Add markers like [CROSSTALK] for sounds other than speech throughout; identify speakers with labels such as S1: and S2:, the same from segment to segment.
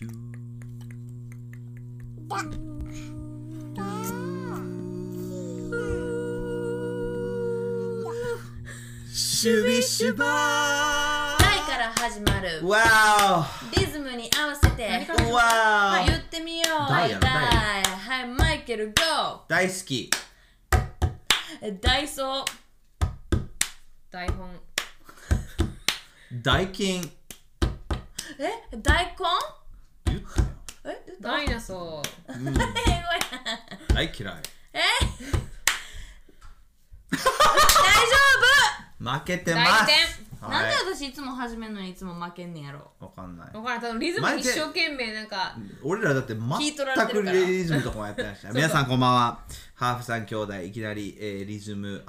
S1: ドゥ
S2: だだ
S1: シュビシュバ
S3: タイから始まる
S1: ーわ
S3: リズムに合わせて
S2: 何から
S1: おわ
S3: 言ってみよう
S1: ダイヤだダイヤ
S3: はいマイケル GO
S1: お大好き
S3: ダイソー
S2: 台本
S1: 大金
S3: え大根
S1: 言ったよ
S3: え
S2: ダイナソ
S1: 大嫌い [LAUGHS]
S3: え大丈
S1: 負けて
S2: ー
S1: ま
S2: 大
S1: す
S2: 点
S3: 夫、
S1: はい
S3: なんで私いつも始めるのにいつも負けんねんやろ
S1: わかんない
S2: わからん多分リズムに一生懸命なんか
S1: 俺らだって
S3: 聞い取られ
S1: 全
S3: てる
S1: く
S3: から
S1: リズムとかもやって [LAUGHS] ました皆さんこんばんはハーフさん兄弟いきなり、えーリズム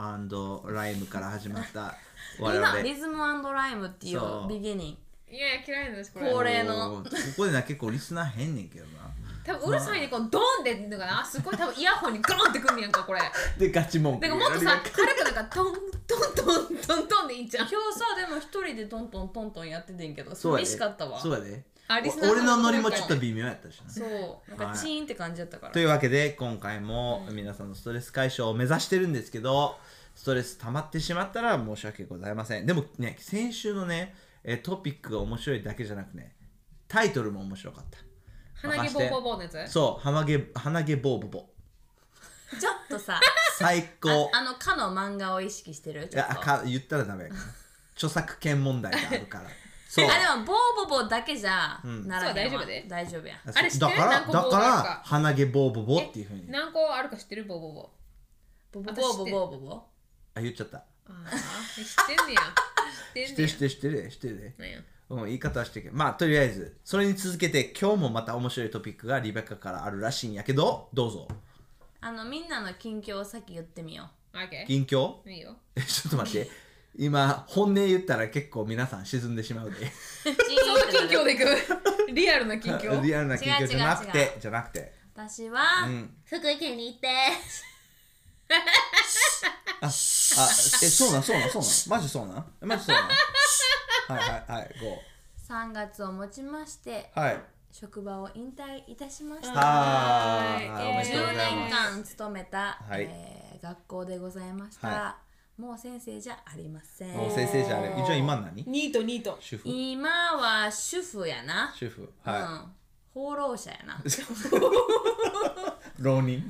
S1: ライムから始まった我々
S3: 今リズムライムっていう
S1: そう
S3: ビギニング
S2: いやいや嫌いなんですこれ
S3: これの
S1: おーここでな結構リスナー変ねんけどな
S2: 多分うるさいねこのドンってん
S1: [LAUGHS]
S2: のかなすごい多分イヤホンにゴンってくんねやんかこれな
S1: でガチモン
S2: んかもっとさ軽くなんかトントントントントンでいいじ
S1: [LAUGHS]
S2: ゃん
S3: 今日さでも一人でトントントントンやっててんけど
S1: そうや
S3: 寂
S1: で
S3: しかったわ
S1: そうやで
S2: あリスナー
S1: お俺のノリも
S2: さん
S1: ちょっと微妙やったしな
S3: そうなんかチーンって感じやったから、
S1: というわけで今回も皆さんのストレス解消を目指してるんですけどストレス溜まってしまったら申し訳ございませんでもね先週のねえートピックが面白いだけじゃなくねタイトルも面白かった
S2: 鼻毛ボーボーボーのやつ
S1: そう鼻毛鼻毛ボーボボ
S3: ちょっとさ
S1: 最高
S3: ああの「か」の漫画を意識してる
S1: い
S3: ちょ
S1: や
S3: っと
S1: か言ったらダメやから著作権問題があるからそう
S3: あでもボーボボだけじゃならへんわ
S2: そう大丈夫で
S3: 大丈夫や
S1: そう
S2: あれ知って
S1: だ
S2: る
S1: から
S2: 何
S1: だ
S2: 個ボーボー
S1: か
S2: ある
S1: ら
S2: か
S1: 鼻毛ボーボボっていうふうに
S2: 何個あるか知ってるボーボーボー
S3: ボボボ
S2: 私知
S3: ボ
S2: ってる
S3: ボボボ
S1: あ言っちゃった
S2: あー知ってんねや知
S1: 知
S2: っ
S1: ってて
S2: ん
S1: る
S2: ね
S1: 知ってる知ってる知ってるで
S2: やなんや
S1: うん、言い方はしてるけどまあとりあえずそれに続けて今日もまた面白いトピックがリベカからあるらしいんやけどどうぞ
S3: あのみんなの近況をさっき言ってみよ
S2: オッケ
S1: 近況
S2: ーいいよ
S1: え [LAUGHS] ちょっと待って今本音言ったら結構皆さん沈んでしまうで
S3: う
S2: [LAUGHS] その近況で
S1: [LAUGHS]
S2: いくリアルな近況
S1: リアルな近況じゃなく
S3: 違う違う
S1: てじゃなくて
S3: 私は、
S1: うん
S3: 福井県に行って
S1: ああえそうなんそうなんそうなんマジそうなんマジそうなんはいはいはい
S3: 3月をもちまして
S1: 5はい
S3: 職場を引退いたしました
S1: はーい
S2: はーい
S1: はいおめでとうご
S3: 10
S1: ざい
S3: 年
S1: ます
S3: 間勤めた、
S1: はい
S3: えー学校でございました、
S1: は
S3: もう先生じゃありません
S1: もう先生じゃあれじゃあ今何
S2: ニートニート
S1: 主婦
S3: 今は主婦やな、
S1: 主婦
S3: う
S1: は
S3: ん放浪者やな
S1: い浪人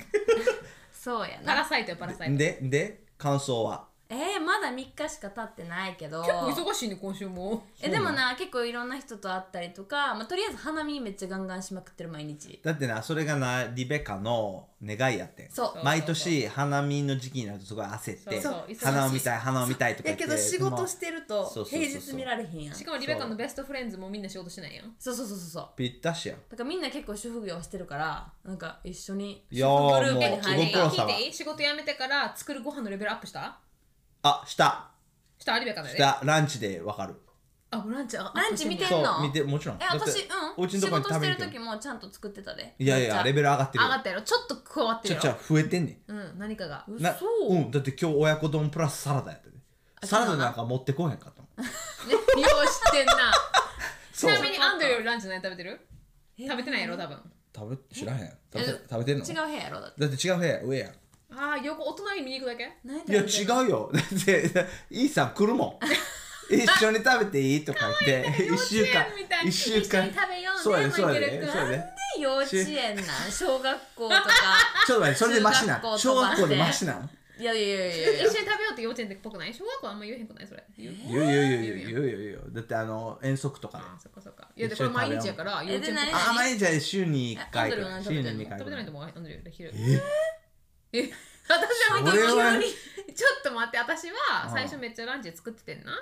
S3: そうや
S2: パラ
S3: な
S2: サイトよパラサイト
S1: でで感想は
S3: えー、まだ3日しか経ってないけど
S2: 結構忙しいね今週も
S3: えでもな結構いろんな人と会ったりとか、まあ、とりあえず花見めっちゃガンガンしまくってる毎日
S1: だってなそれがなリベカの願いやってん
S3: そう
S1: 毎年花見の時期になるとすごい焦って
S2: そうそう
S1: 花を見たい花を見たいとか言
S3: や
S1: って
S3: けど仕事
S1: もう
S3: してると
S1: そうそうそう
S3: 平
S1: そう
S3: 日見られへんやん
S2: しかもリベカのベストフレンズもみんな仕事しないやん
S3: そうそうそうそうそう
S1: ぴったしやん
S3: だからみんな結構主婦業してるからなんか一緒に
S1: いやー
S3: グループに
S1: もう
S3: 入
S1: ご苦労
S3: り
S1: 様
S2: 聞いていい仕事辞めてから作るご飯のレベルアップした
S1: あした
S2: したリベカだよ
S1: し
S2: ね
S1: たランチでわかる
S2: あブランチあ
S3: ランチ見てん
S1: そ
S3: の
S1: う見てもちろん
S3: え
S1: だって
S3: 私う
S1: お
S3: ん
S1: 家の
S3: 仕
S1: とこに
S3: 事し
S1: 食べ
S3: て
S1: に
S3: る
S1: 来る
S3: 時もちゃんと作ってたで
S1: いやい
S3: めっち
S1: や
S3: ゃ
S1: レベル上がってる
S2: 上
S1: よ
S2: がったやろちょっと加わって
S1: ち
S2: る
S1: ょ
S2: よ
S1: ちょ増えてんねん
S2: うん何かが
S1: な
S3: 嘘
S1: うんだって今日親子丼プラスサラダやったでサラダなんか持ってこへんかったもん
S2: ねよう知ってん [LAUGHS] なち
S1: そう
S2: なみにアンドリューよりランチ何食べてる
S3: え
S2: 食べてないやろ多分
S1: 食べ知らへん食べ
S3: え
S1: て食べてんの
S3: 違う部屋やろだって
S1: だって違う部屋上やん
S2: ああ横お隣見に行くだけ
S3: 何食
S1: いや
S3: べ
S1: 違
S3: てん
S1: う
S3: の
S1: よ [LAUGHS] だってイーさん来るもん一緒に食べていいとか言って一週間
S2: みたい
S1: 一週
S3: 一緒
S1: 間
S3: に食べよ
S1: そう
S3: う
S1: や
S3: ね
S1: ねそうやね
S3: マイケル君
S1: そうやね
S3: 幼稚
S1: [LAUGHS]
S3: 園なん小学校とか
S1: ちょっと待ってそれでマシな
S3: 中学校
S1: ん小学校で
S3: 飛ばして
S1: マシなん
S3: いやいやいやいやい
S2: 一緒
S3: や [LAUGHS]
S2: に食べようって幼稚園でっぽくない小学校あんま言えへんくないそれ言う
S1: 言う言う言う言う言う言うだってあの遠足とかで
S2: あーそっかそっかいやで
S1: 一
S2: こ
S1: 緒に
S2: れ
S1: 食べよう
S2: 毎日やから幼稚園っぽ
S3: え
S2: く
S3: で何
S1: あまりじゃあ週に一回と
S3: えア
S1: か
S3: ンド
S1: 週
S3: レ
S1: に
S3: は何
S1: 2回
S2: 食
S1: とか
S2: べてないと思うアンドリュー昼
S1: え
S2: え私は
S1: それは
S2: 急に [LAUGHS] ちょっと待って私は最初めっちゃランチ作っててんな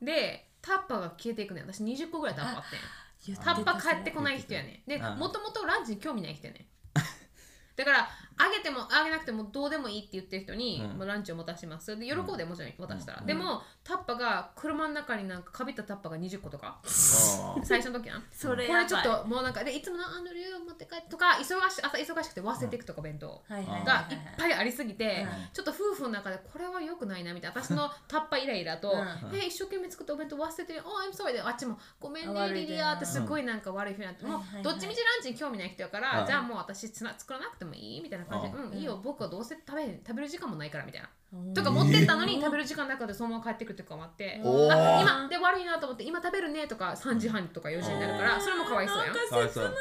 S1: うん
S2: でタッパーが消えていくねん私20個ぐらいタッパーあってん
S3: 言って
S2: タ
S3: た
S2: ッパー帰ってこない人やねんで
S1: うん
S2: もともとランチに興味ない人やねんだからあげてもあげなくてもどうでもいいって言ってる人に、
S1: うん
S2: まあ、ランチを持たしますで喜ぶでもちろん渡したら、
S1: うん
S2: でもタッパが車の中になんかかびったタッパが20個
S3: [LAUGHS]
S2: とか
S1: あ
S2: 最初の時なこ
S3: それやば
S2: れ
S3: い
S2: ちょっともうなんかでいつものあの量持って帰ってとか忙し朝忙しくて忘れていくとか弁当
S3: はいはいはいはい
S2: がいっぱいありすぎて、
S3: うん
S2: ちょっと夫婦の中でこれは良くないなみたいな私のタッパイライラと、
S3: う
S2: え一生懸命作ったお弁当忘れてる「お I'm sorry」であっちも「ごめんね
S3: 悪
S2: リ
S3: いで
S2: リア」ってすごいなんか悪いふうになって、
S3: うん
S2: も
S3: はいは
S2: う
S3: い
S2: ど
S3: はい
S2: っちみちランチに興味ない人やから、
S1: うん
S2: じゃあもう私つな作らなくてもいいみたいな感じで「
S1: う
S2: うんいいよ僕はどうせ食べへん食べる時間もないから」みたいな。と
S1: えー
S2: か持ってったのに食べる時間なくてそのまま帰ってくるとかもあって。
S1: おー
S2: あ今で悪いなと思って今食べるねとか3時半とか4時になるからそれもかわいそうやん
S1: あかわいそう
S3: なんか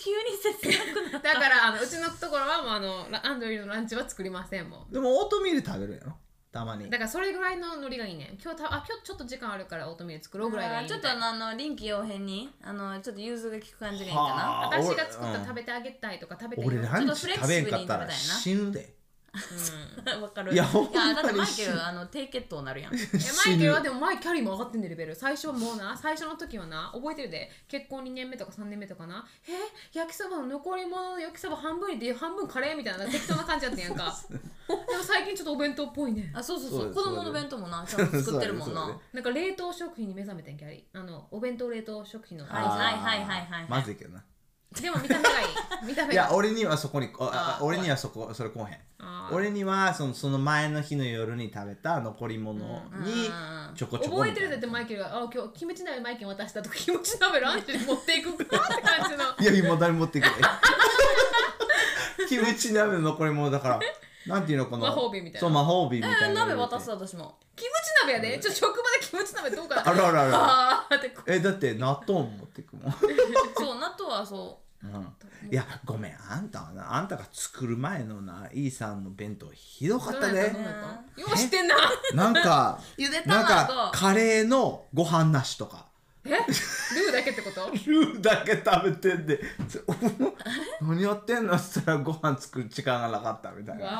S3: 急に切なくなっ
S2: だからあのうちのところはもうあのラアンドリューのランチは作りませんも
S1: でもオートミール食べるやろたまに
S2: んだからそれぐらいのノリがいいねん今日たあ今日ちょっと時間あるからオートミール作ろうぐらいが
S3: た
S2: いいみ
S3: ち
S2: た
S3: ょ
S2: い
S3: っ
S2: な
S3: とあの臨機応変にあのちょっと融通が効く感じがいい
S1: は
S3: か
S1: あ
S2: 私が作った
S1: 俺
S2: 食べてあげたいとか食べて
S1: 俺
S2: [LAUGHS]
S1: ランチ食べんかった
S3: ちょっとフレキシブルにみたい
S1: ら
S3: な
S1: 死ぬで
S2: うん
S3: な [LAUGHS] わかる
S1: いやほんまに
S3: だってマイケルあの低血糖な
S1: [LAUGHS]
S3: るやん
S2: えマイケルはでもマイキャリーも上がってんでレベル最初はもうな最初の時はな覚えてるで結婚2年目とか3年目とかなえ焼きそばの残り物の焼きそば半分にで半分カレーみたいな適当な感じやってんやんかでも最近ちょっとお弁当っぽいね
S3: あそうそう
S1: そ
S3: そうう
S1: です
S3: 子供の弁当もなちゃんと作ってるもん
S1: そうだね
S3: な
S2: なんか冷凍食品に目覚めてんキャリーあのお弁当冷凍食品の
S3: はいはいはいはいはい
S1: あーまずいけどな
S2: でも見た目がいい見た
S1: い
S2: 目
S1: や
S2: が
S1: 俺にはそこにあ
S3: あ
S1: あ俺にはそこそれこうへん
S2: あー
S1: 俺にはそのその前の日の夜に食べた残り物に
S3: うん
S1: ちょこちょこ
S2: 覚え
S1: みた
S2: て
S1: い
S2: る
S1: な
S2: だってマイケルが「あ今日キムチ鍋マイケルに渡した」とか「キムチ鍋ランチで持っていくか?」って感じ
S1: [LAUGHS]
S2: の
S1: いや今誰も持ってくれキムチ鍋の残り物だからなんていうのこの
S2: 魔法瓶みたいな
S1: そう魔法瓶みたいな
S3: え
S1: の入れ
S3: 鍋
S1: て
S3: 渡す
S1: [LAUGHS]
S3: 私も
S2: キムチ鍋やで、ちょ職場でキムチ鍋どうかな
S1: あらあらあら
S2: あーってこ
S1: えだって納豆も持ってくもん
S3: そう納豆はそ
S1: うんいやごめんあんたはなあんたが作る前のなイーさんの弁当ひどか
S2: う
S1: った
S2: ね
S1: ね
S3: どうやっ
S2: よう知ってんな
S1: なんか
S3: [LAUGHS] ゆで
S1: なんか
S3: 卵
S1: カレーのご飯なしとか
S2: えルーだけってこと
S1: ルーだけ食べてんで [LAUGHS] つ何やってんのっつったらご飯作る時間がなかったみたいな
S2: わ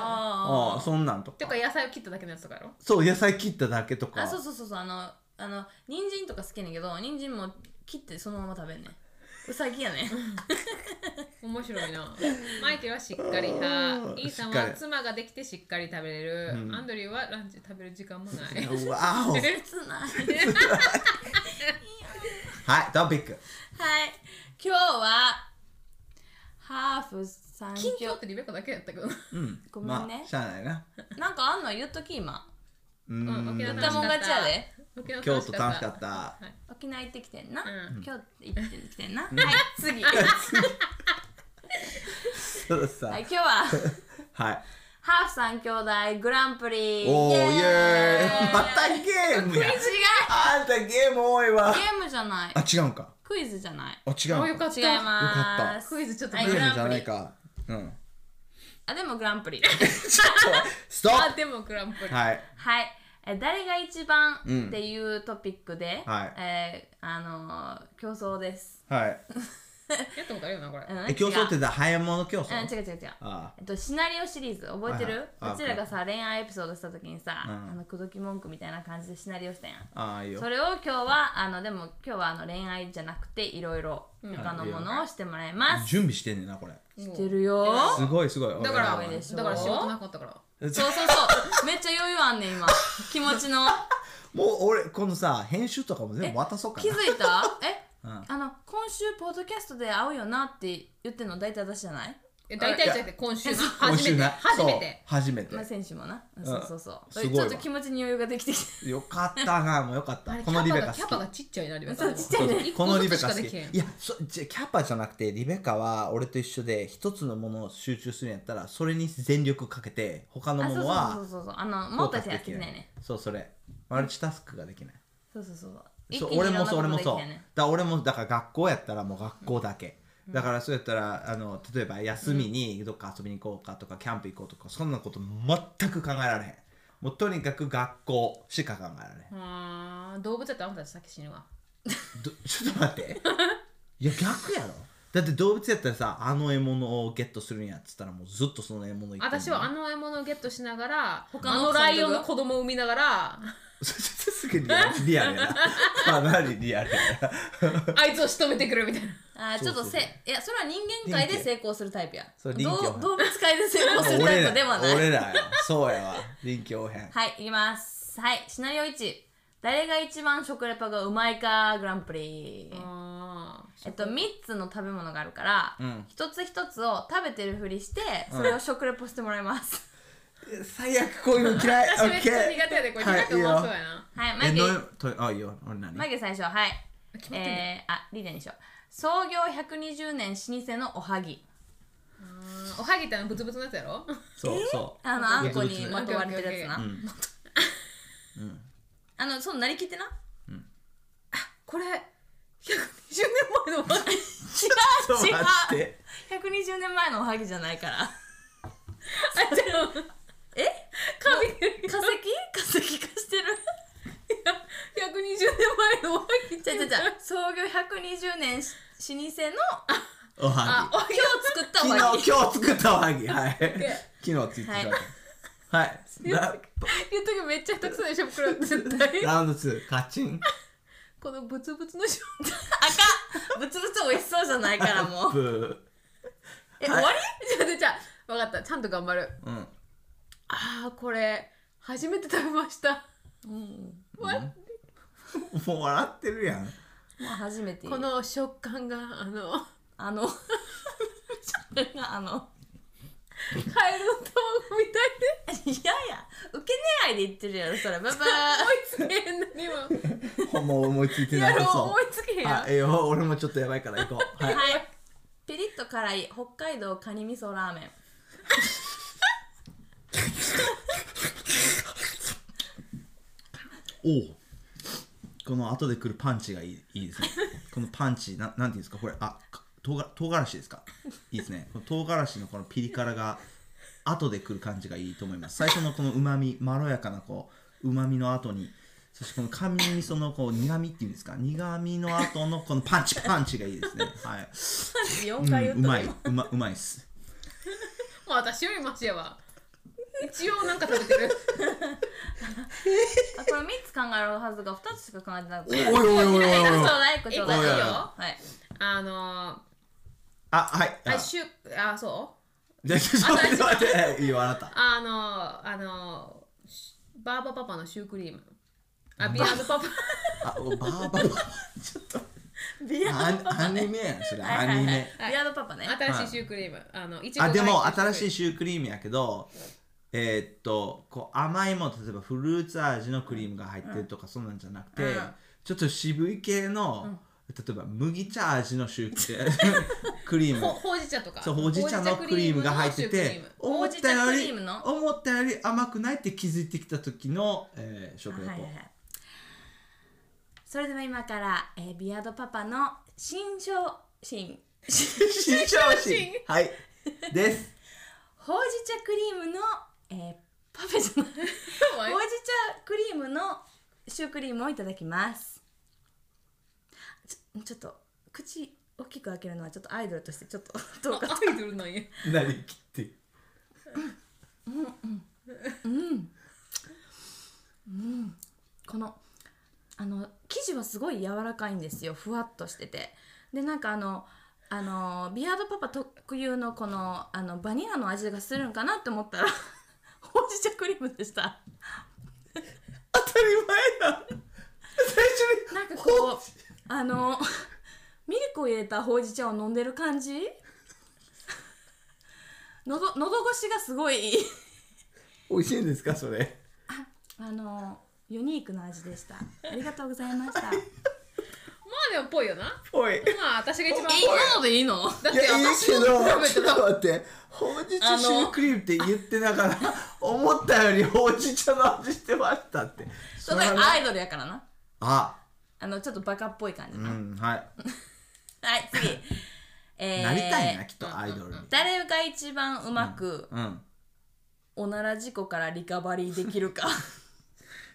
S1: あ
S3: あ
S1: あそんなんと
S2: て
S1: か
S2: か野菜を切っただけのやつとかやろ
S1: そう野菜切っただけとか
S3: あそうそうそうそうあのあの人参とか好きやねんけど人参も切ってそのまま食べんねんうさぎや
S1: [LAUGHS]
S3: ねん
S2: 面白いなマイケルはしっかり派イーさ
S1: し
S2: ん
S1: っか
S2: は
S1: り
S2: 妻ができてしっかり食べれる、
S1: うん
S2: アンドリューはランチ食べる時間もない
S1: わ
S3: [LAUGHS]
S1: おはい
S3: 切ない
S1: トピック
S3: はい。今日は、ハーフ三
S2: 近
S3: 強
S2: 況ってリベカだけやったけど
S1: うん
S3: ごめんね
S1: まあ、しゃあないな
S3: なんかあんの言っとき今。
S1: う
S2: うん沖縄
S3: 言
S2: 楽
S3: っ
S2: し
S3: た
S2: かっ
S3: もん勝ちやで。
S2: 沖
S1: [LAUGHS]
S2: 縄
S1: 京都楽しかった
S2: はい
S3: 沖縄行ってきてんな。
S2: うん
S3: 今日行ってきてんな。はい、次。はい、
S1: そうさはい、
S3: 今日は、ハーフ三兄弟グランプリ。
S1: おーイ
S3: イ
S1: エ
S3: エ
S1: ーイまたゲームや
S3: クイズ違う
S1: あんたゲーム多いわ
S3: ゲームじゃない
S1: あ。違うんか
S3: クイズじゃない。
S1: あ違う
S2: あ
S1: ん
S2: よか
S1: か
S2: った
S3: 違いま
S1: よかっ
S3: す。
S2: クイズちょっと
S3: はい
S1: ゲ
S3: グ
S1: ー
S3: ラ
S1: ムじゃ
S3: ンプ
S1: ない
S3: リ。
S1: かうん [LAUGHS]
S3: あ、でもグランプリ。
S1: スト
S2: あ
S1: ッ
S2: でもグランプリ、
S1: プはい
S3: はい。え誰が一番っていうトピックで、
S1: うんはい
S3: えーあのー競争です。
S1: はい
S2: やったことあるよなこれ、
S3: うん
S1: え競争って
S3: 違う
S1: だ早いもの競争
S3: うん、違う違う違う。
S1: あ
S3: えっと、シナリオシリーズ覚えてる、
S1: はいはいう
S3: ちらがさ恋愛エピソードした時にさ、
S1: うん
S3: あの口説き文句みたいな感じでシナリオしたやん
S1: あああいいよ
S3: それを今日はあのでも今日はあの恋愛じゃなくていろいろ他のものをしてもらいます、
S1: 準備してんねんなこれ
S2: もう
S3: してるよ
S1: すごいすごい
S2: だから
S1: おいおいおい
S3: でしょ
S2: だから仕事なかったから
S3: そうそうそうめっちゃ余裕あんねん今気持
S1: [LAUGHS]
S3: ちの
S1: もう俺このさ編集とかも全部渡そうか
S3: 気づ
S1: ない
S3: たえ、
S1: うん
S3: あの今週ポッドキャストで会うよなって言ってんの大体私じゃない、
S2: え大体じゃなくて今週な
S1: 今
S2: [LAUGHS] 初
S1: 週
S2: めて
S1: な
S2: 初めて
S1: そう初めて
S3: まあ、選手もな、うん
S1: ん
S3: そうそうそう
S1: すごい
S3: ちょ
S1: わ
S3: っと気持ちに余裕ができてき
S1: よかったなもうよかっ
S2: あ
S1: た
S2: れ
S1: このリベカ
S2: キャ
S1: 好
S2: パ
S1: き
S2: がちっちゃいなリベカ
S3: そうちっちゃいね
S1: このリベカ好き。
S2: 一個ずつしかできへん
S1: いやそじゃキャパじゃなくてリベカは俺と一緒で一つのものを集中するんやったらそれに全力かけて他の [LAUGHS]
S3: たあ
S1: も
S3: そう
S1: の
S3: そ
S1: は
S3: うそうそうそうあの
S1: フォ
S3: も
S1: ー
S3: っと
S1: カス
S3: 手
S1: で
S3: は
S1: き
S3: でき
S1: な
S3: ない
S1: い
S3: ね
S1: そうそれマルチタスクができない
S3: そうそうそう
S1: そう俺もそう俺もそうだ
S3: 一気にいろんなことできたよね
S1: から俺もだから学校やったらもう学校だけ、だからそうやったらあの例えば休みにどっか遊びに行こうかとか、キャンプ行こうとかそんなこと全く考えられへんもうとにかく学校しか考えられへん
S2: あー動物やったらあんたたち先死ぬわ
S1: ど [LAUGHS] ちょっと待っていや逆やろだって動物やったらさあの獲物をゲットするんやっつったらもうずっとその獲物行 [LAUGHS] ってんの
S2: 私はあの獲物をゲットしながら
S3: 他の
S2: あのライオンの子供を産みながら
S1: すすげえリアルリアルやな
S3: [LAUGHS]
S1: かなりリアルやな
S2: あいつを仕留めてくるみたい
S3: あ
S2: な
S3: ーちょっと
S1: そ
S3: せ
S1: うそう
S3: いやそれは人間界で成功するタイプや
S1: そう
S3: どう
S1: 臨機応変
S3: 動物界で成功するタイ
S1: 俺
S3: プでは
S1: ら
S3: ない
S1: 俺らよそうやわ臨機応変
S3: はいいきますはいシナリオ1誰が一番食レポがうまいかグランプリ
S2: あ
S3: えっと3つの食べ物があるから、
S1: うん
S3: 一つ一つを食べてるふりしてそれを食レポしてもらいます、
S1: [LAUGHS] 最悪こういうの嫌い
S2: [LAUGHS] 私めっちゃ
S1: OK
S2: 苦手やでこれ
S1: はい
S2: 苦手思わそうやな、
S3: はい
S1: え
S3: 眉毛
S1: のとあいいよ俺何
S3: 眉毛最初はい
S2: 決まってんね、
S3: えー、あリーダーにしよう創業120年老舗のおはぎ
S2: あーおはぎってあのブツブツのやつやろ
S1: そうそ
S3: あのあんこにまとわれてるやつ
S1: うう
S3: なん [LAUGHS] あのそうなりきってな
S2: これ120年前のおはぎ
S3: 違
S1: ちょっと
S3: う違う
S1: 待って
S3: 120年前のおはぎじゃないから
S2: [LAUGHS] あちゃう
S3: え
S2: カビてる
S3: 化石化石化
S1: [LAUGHS]
S3: してる
S2: 120年前のおはぎって
S3: じゃじゃじゃ創業120年し老
S1: お
S3: 舗の
S1: は
S2: あおはぎ
S3: 今日作ったお
S1: ぎ
S3: は
S1: 昨
S3: ぎ
S1: 日今日作ったおはぎ
S2: [LAUGHS]
S1: はい昨日ツイッターたはいラ
S2: 言うときめっちゃ下手くそでしょ袋 [LAUGHS] 絶対
S1: ラウンド2カチン
S2: このブツブツのし [LAUGHS]
S3: 赤ぶつぶつ美味しそうじゃないか
S1: [LAUGHS]
S3: らもう
S1: ブ
S3: え終わり
S2: じゃあじゃあ分かったちゃんと頑張る
S1: ーうん
S2: ああこれ初めて食べました
S1: もう笑ってるやん
S3: もう初めて
S2: この食感があの
S3: あの [LAUGHS] あの
S2: カエルの卵みたいで
S3: いやいや受け狙いで言ってるやろそれババー
S2: 追いつけへんのに今
S1: ほんま思いついて [LAUGHS] な
S2: や
S1: さ
S2: ろう
S1: そ
S2: 追いつけへん
S1: う
S2: や
S1: あええよ俺もちょっとやばいから行こうはい
S3: はいピリッと辛い北海道カニ味噌ラーメン
S1: おうこの後で来るパンチがいいいいですね [LAUGHS] このパンチななんていうんですかこれあか唐辛唐辛子です [LAUGHS] かいいですねこの唐辛子のこのピリ辛が後で来る感じがいいと思います最初のこのうまみまろやかなこううまみの後にそしてこの甘味噌のこう苦みっていうんですか苦みの後のこのパンチパンチがいいですねはい、
S3: 4回言っ
S1: うん、
S3: た
S1: うまい
S3: 今
S1: うまうまいっす
S2: まあ私よりマシやわ一応なんか食べ
S1: [LAUGHS]
S2: てる
S3: あこれ3つ考えるはずが2つしか考えてなかった
S1: おいおいおいおいおい
S3: ちょうだい、こちょうだい。
S1: おいおいおい
S3: はい。
S2: あの
S1: あはい
S2: ー、
S1: あ
S2: あしゅあそう
S1: じゃあちょっと待ってちょっと待ってい [LAUGHS] いよあなた
S2: あのー、あのーしバーバパパのシュークリームあビアードパパ
S1: あおバーバーバーちょっと
S3: ビア
S1: あア
S3: [LAUGHS]
S1: ニメやんそれ
S3: はい
S1: ア
S3: は
S1: ニ
S3: いは
S1: メ
S3: い。ビアードパパね。
S2: 新しいシュークリーム、あのいちご
S1: あでも新しい
S2: い
S1: シュークリームやけどえーっとこう甘いもの例えばフルーツ味のクリームが入ってるとか、そんなんじゃなくて、
S3: うん
S1: ちょっと渋い系の、例えば麦茶味のシュ
S3: [LAUGHS]
S1: ークリー
S2: ほ
S1: ム
S2: ほうじ茶とか
S1: そうほうじ茶のクリームが入ってて
S3: ほ
S1: 思
S3: う
S1: っ
S3: じ
S1: た
S3: 茶
S1: よ
S3: クリ
S1: り
S3: ームの
S1: 思ったより甘くないって気づいてきた時の、えー、食レポ、
S3: はいはいはい。それでは今から、えービアードパパの新商
S1: [LAUGHS]
S3: 品、
S1: 新商品はいです
S3: ほうじ茶クリームの、えーパフェじゃない。ほうじ茶クリームのシュークリームをいただきます。ちょちょっと、口大きく開けるのはちょっとアイドルとしてちょっと [LAUGHS] どうか。
S2: アイドルなんや
S1: 何切って
S3: このあの生地はすごい柔らかいんですよふわっとしててでなんかあのあのビアードパパ特有のこのあのバニラの味がするんかなって思ったら [LAUGHS] ほうじ茶クリームでした
S1: 当たり前だ最初に
S3: なんかこうあのミルクを入れたほうじ茶を飲んでる感じのど喉越しがすごい
S1: 美味しいんですかそれ
S3: あのユニークな味でしたありがとうございました
S2: まあでもぽいよな
S1: おい
S2: まあ私が一番ぽい
S3: のでいいの
S2: だっ
S1: い
S2: て
S1: やいい
S2: 私
S1: け
S2: も
S1: ど
S2: 食べ
S1: ち
S2: て
S1: ょったと待ってほうじ茶シュークリームって言ってながら思ったよりほうじ茶の味してましたって
S3: それ
S1: れはな
S3: アイドルやからな
S1: あ
S3: あのちょっとバカっぽい感じ
S1: う
S3: の、
S1: んはい、
S3: はい次えー、
S1: なりたいなきっとアイドルに
S3: 誰が一番うまく、
S1: うん
S3: おなら事故からリカバリーできるか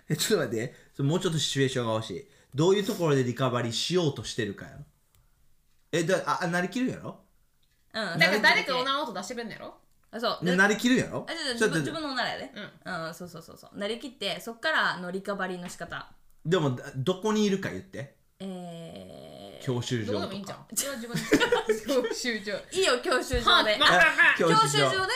S1: えちょっと待ってそれもうちょっとシチュエーションが欲しいどういうところでリカバリーしようとしてるかよえだああなりきるやろ
S3: うん
S2: だから誰かおなら音出してくれんのやろ
S3: あそう、
S1: ね
S3: で
S1: なりきるやろ
S3: あじゃあ
S1: ち
S3: 自
S1: ょっと
S3: 分自分のおならやでうん、そうそうそうそうなりきってそっからのリカバリーの仕方
S1: でもだどこにいるか言って
S3: えー
S1: 教習所
S2: どう
S1: と
S2: でも
S1: か
S2: いいんじゃんそれは自分で教習所
S3: [LAUGHS] いいよ教習
S2: は
S3: 所
S2: あ
S3: で
S2: まあ
S1: 教
S3: 教
S1: 習
S3: 習
S1: 所
S3: 所で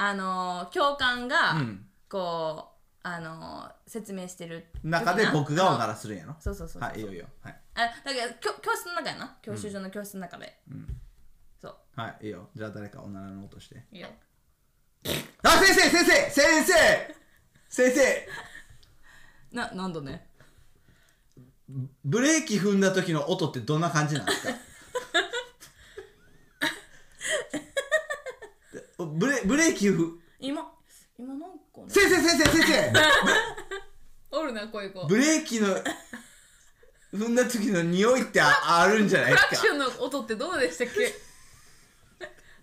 S3: あのー教官が、
S1: うん
S3: こうあのー説明してる時な
S1: 中で僕がおな
S3: あの
S1: らするんやろ
S3: そうそうそうそう、
S1: はいいいよいいよはい
S3: あだから教教室の中やな教習所の教室の中で、
S1: ん
S3: そう
S1: はいいいよじゃあ誰かおならの音して
S2: いいよ
S1: あ先生先生先生先生
S3: な何度ね
S1: ブレーキ踏んだ時の音ってどんな感じなんですか [LAUGHS] ブレブレーキ踏
S3: 今今なんかね
S1: 先生先生先生
S2: おるなこういう子
S1: ブレーキの踏んだ時の匂いってああるんじゃない
S2: ク
S1: です
S2: ラク
S1: か
S2: ションの音ってどうでしたっけ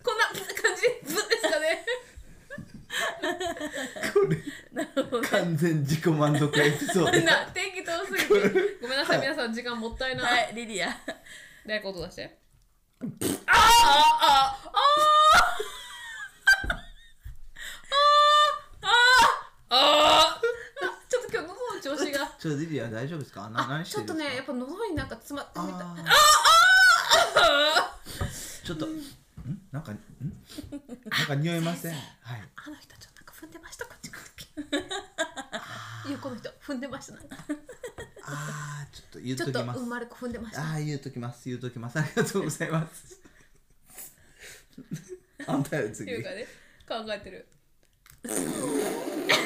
S2: こんな感じどうですかねなるほどね
S1: 完全自己満足エピソード
S2: みん [LAUGHS] な天気遠すぎ [LAUGHS] てごめんなさい皆さん時間もったいない、
S3: はいリリア [LAUGHS]
S2: 誰か音出 [LAUGHS] してあーあーあーあーあーあーあーちょっと今日喉の調子が
S1: ちょっとリリア大丈夫ですかな
S2: あ
S1: 何し
S2: ち
S1: てる
S2: ょっ
S1: ん
S2: と
S1: ですか
S2: ねやっぱ喉になんか詰まってみた
S1: あーちょっとんなんかんなんか匂いませんはい
S2: あの人ちょっとなんか踏んでましたこっち
S1: [LAUGHS]
S2: 来る時いやこの人踏んでましたなんか
S1: あーちょっと言っ
S2: ちょ
S1: と
S2: っと
S1: きます
S2: 生まれ子踏んでました
S1: ああ言うときます言うときますありがとうございます [LAUGHS] あんたよ次
S2: 優香ね考えてる
S3: なんでそんな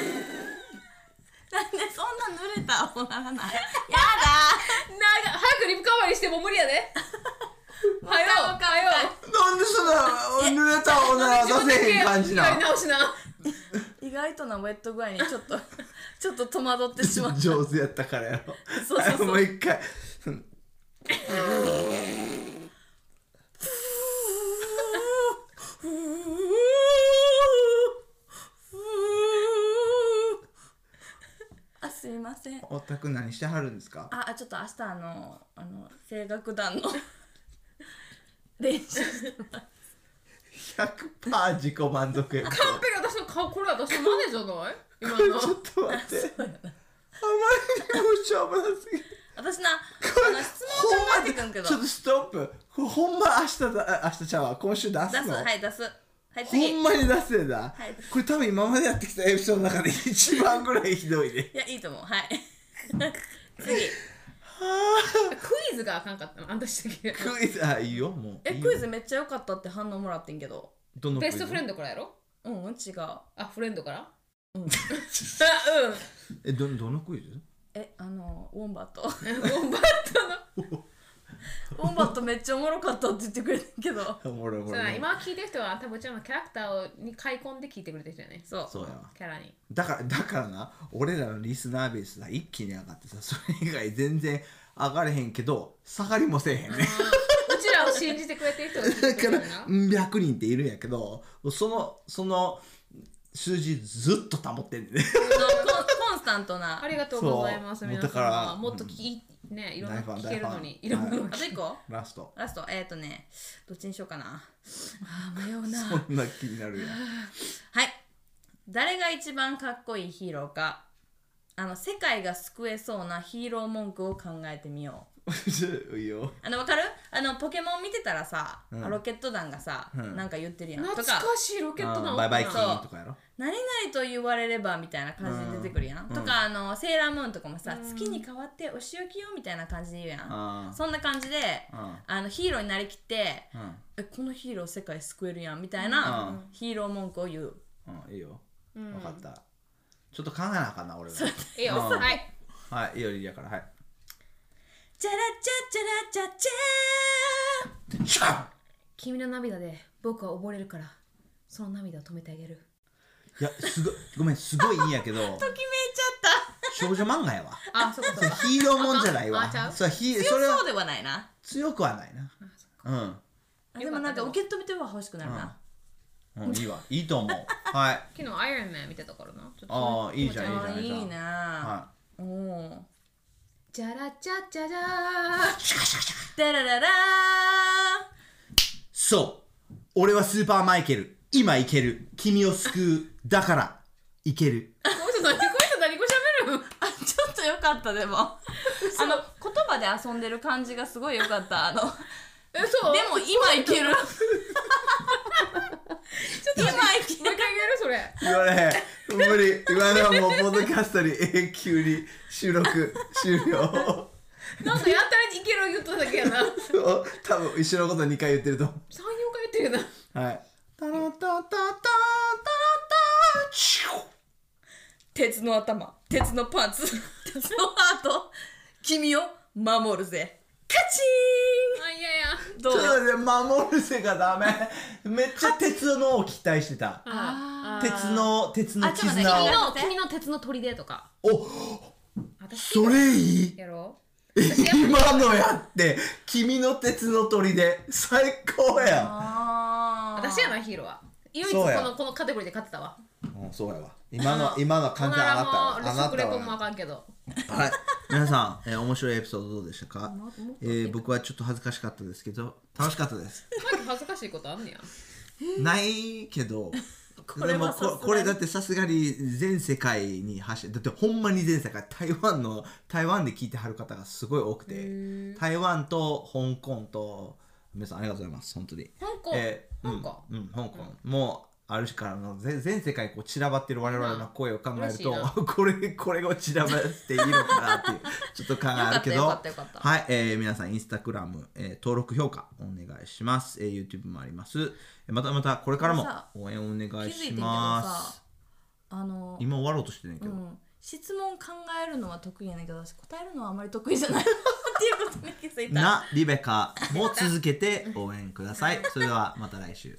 S3: 濡れたおならないや
S2: なんか早くリブカバリーしても無理やで [LAUGHS] はよ
S3: わ
S2: はよ
S1: なんでそんな濡れたおなら出せへん感じな
S2: やり直しな
S3: だ意外となウェット具合にちょっと [LAUGHS] ちょっと戸惑ってしまった
S1: 上手やったからやろ
S3: そうそうそう
S1: もう一回
S3: あすいません
S1: おたく何してはるんですか
S3: ああちょっと明日あのあの声楽団の練習してます
S1: 100%自己満足やけど
S2: 完璧私の顔これ私のマネじゃない今
S1: [LAUGHS]
S2: の
S1: ちょっと
S3: [LAUGHS]
S1: 待ってあまりにもしょうもなすぎる
S3: [LAUGHS] 私な
S1: こ
S3: あの質問考えてくんけど
S1: ほんまちょっとストップこれほんま明日だあ明日ちゃうわ今週出す
S3: 出
S1: の
S3: すはい出すはい次
S1: ほんまに出せんだ、
S3: い
S1: これ多分今までやってきたエピソードの中で一番ぐらいひどいで
S3: いやいいと思うはい [LAUGHS] 次
S2: クイズがあかんかったのあんたしたっけ
S1: クイズあいいよもう
S3: え
S1: いいよ
S3: クイズめっちゃ良かったって反応もらってんけど
S1: どのクイ
S2: ベ
S1: ズ
S2: ストフレンドからやろ
S3: うん違う
S2: あフレンドから
S3: うん
S2: あうん
S1: えどどのクイズ
S3: えあのウォンバット [LAUGHS]
S2: ウォンバットの
S3: ウォンバットめっちゃおもろかったって言ってくれてんけど
S1: おもろいおも
S2: そう
S1: ろ
S2: だない今聞いてる人は多分うちらのキャラクターをに買い込んで聞いてくれてる人やね
S3: そう
S1: そうやわ
S2: キャラに
S1: だからだからな俺らのリスナーベースが一気に上がってさそれ以外全然上がれへんけど下がりもせえへんね
S2: うちらを信じてくれてる人が聞い
S1: だ
S2: てく
S1: か
S2: れて
S1: ら
S2: るな
S1: 100人っているんやけどそのその数字ずっと保ってんねんね [LAUGHS]
S3: そうコンコンスタントな
S2: ありがとうございます
S1: そう
S2: 皆
S1: もうだか
S2: さ
S1: ら
S2: んもっと聞いねいろんな
S1: 大ファン
S2: 聞けるのにい
S1: 大フ
S2: ろ
S1: ァン
S2: んなの
S3: あと一個
S1: ラスト
S3: ラストえっ、ー、とねどっちにしようかなあー迷うな
S1: そんな気になるやん
S3: はい誰が一番かっこいいヒーローかあの世界が救えそうなヒーロー文句を考えてみよう
S1: [LAUGHS] いいよ
S3: あのわかるあのポケモン見てたらさ、
S1: うん
S3: ロケット団がさ、
S1: うん
S3: なんか言ってるやんと
S2: 懐
S3: か
S2: かしいロケット
S1: あ
S2: の
S1: ーバイバイキ
S2: 音
S3: そう
S2: が
S1: ーンとか
S2: [LAUGHS]
S1: やろ
S3: 何々と言われればみたいな感じで出てくるやん、
S1: うん
S3: とかあのセーラームーンとかもさ、
S2: うん
S3: 月に変わってお仕置きよみたいな感じで言うやん、
S1: あ
S3: そんな感じで
S1: あ
S3: あのヒーローになりきって
S1: うんうん
S3: えこのヒーロー世界救えるやんみたいな、
S1: うん
S3: ヒーロー文句を言う
S1: うんいいよ
S2: うん
S1: 分かった、ちょっと考えなあかんな俺は
S2: ええよ
S1: うん
S2: はい
S1: はいいいよリリアからはい
S3: チャラチャチャラチャチャー
S1: シャ
S2: 君の涙で僕は溺れるからその涙を止めてあげる
S1: いやすごいごめんすごいいいんや
S2: [LAUGHS]
S1: けど
S3: ときめいちゃっ
S1: 少女漫画やわ
S2: あそうか
S1: そ
S2: そう
S1: れ
S2: か
S1: ヒーローもんじゃない
S2: あ
S1: わ
S2: ちゃう
S1: それヒ
S3: た
S1: それ
S3: 強そ
S1: は
S3: うではないな
S1: 強くはないなうん
S3: あでもなんか受け止めては欲しくなるな、
S1: うん、いいわいいと思うはい
S2: 昨日アイアンマン見てたからなちょっと
S1: ああいいじゃん
S3: あ
S1: いいじゃんいいじゃん
S3: ーいいな
S1: は
S3: おお
S2: じゃらちゃちゃじゃ
S3: ダラララー
S1: いそう俺はスーパーマイケル今いける君を救うだからいける
S2: ーこの人何この人何語喋るん
S3: あちょっとよかったでもあの言葉で遊んでる感じがすごい良かったあの
S2: えそう
S3: でも今いける今いける
S2: もう一回やるそれ
S1: 言われへん無理今のはもうポッドキャストに永久に収録終了
S2: なんかやたらにいける言っただけやな34
S1: そう多分一緒のこと2回言ってると思
S2: 回言ってるよな
S1: うはいタラタタタタタラタチュッ
S3: 鉄の頭鉄のパンツ鉄のハート君を守るぜカチ
S2: あいやいや
S3: ーンどう
S1: ちょっとね守るせがダメめっちゃ鉄のを期待してた
S3: あ
S1: 鉄の鉄の
S3: あちょっと待って
S1: 絆を
S2: 君
S3: あ
S2: の
S3: ー
S2: 君の鉄の砦とか
S1: お
S2: 私
S1: それいい
S2: やろ
S1: 今のやって君の鉄の砦最高や
S3: あー
S2: 私やなヒーローは唯一
S1: そ
S2: こ
S1: うや
S2: のこのカテゴリーで勝ってたわ
S1: ん、うん、そうやわ今の今の感じあなた
S2: おなら
S1: わあな
S2: も食
S1: た
S2: レポ
S1: は
S2: もあかんけど
S1: はい、皆さん、えー面白いエピソードどうでしたか
S3: もっともっと、
S1: えー僕はちょっと恥ずかしかったですけど楽しかったです
S2: マイク恥ずかしいことあんねや
S1: ないけど
S3: [LAUGHS] これ
S1: でも
S3: はさすがに
S1: ここれだってさすがに全世界に発信だってほんまに全世界台湾の台湾で聞いてはる方がすごい多くて台湾と香港と皆さんありがとうございます本当に
S2: 香港
S1: えー
S2: 香港
S1: うん、うん、香港、もうある種からの全全世界にこう散らばってる我々の声を考えると、
S2: まあ嬉
S1: [LAUGHS] これこれを散らばっていいのかなっていうちょっと考えあるけど
S3: よかったよかったよかった
S1: はい、えー皆さんインスタグラム、えー登録評価お願いします、えー YouTube もありますえーまたまたこれからも
S3: これさ
S1: 応援お願い
S3: 気づいて
S1: し
S3: んけど
S1: ま
S3: さ
S1: す
S3: あの
S1: 今終わろうとしてんねんけ
S3: う
S1: ど、
S3: ん、質問考えるのは得意やねんけど私答えるのはあまり得意じゃないっていうことに気づいた
S1: なリベカも続けて応援くださいそれではまた来週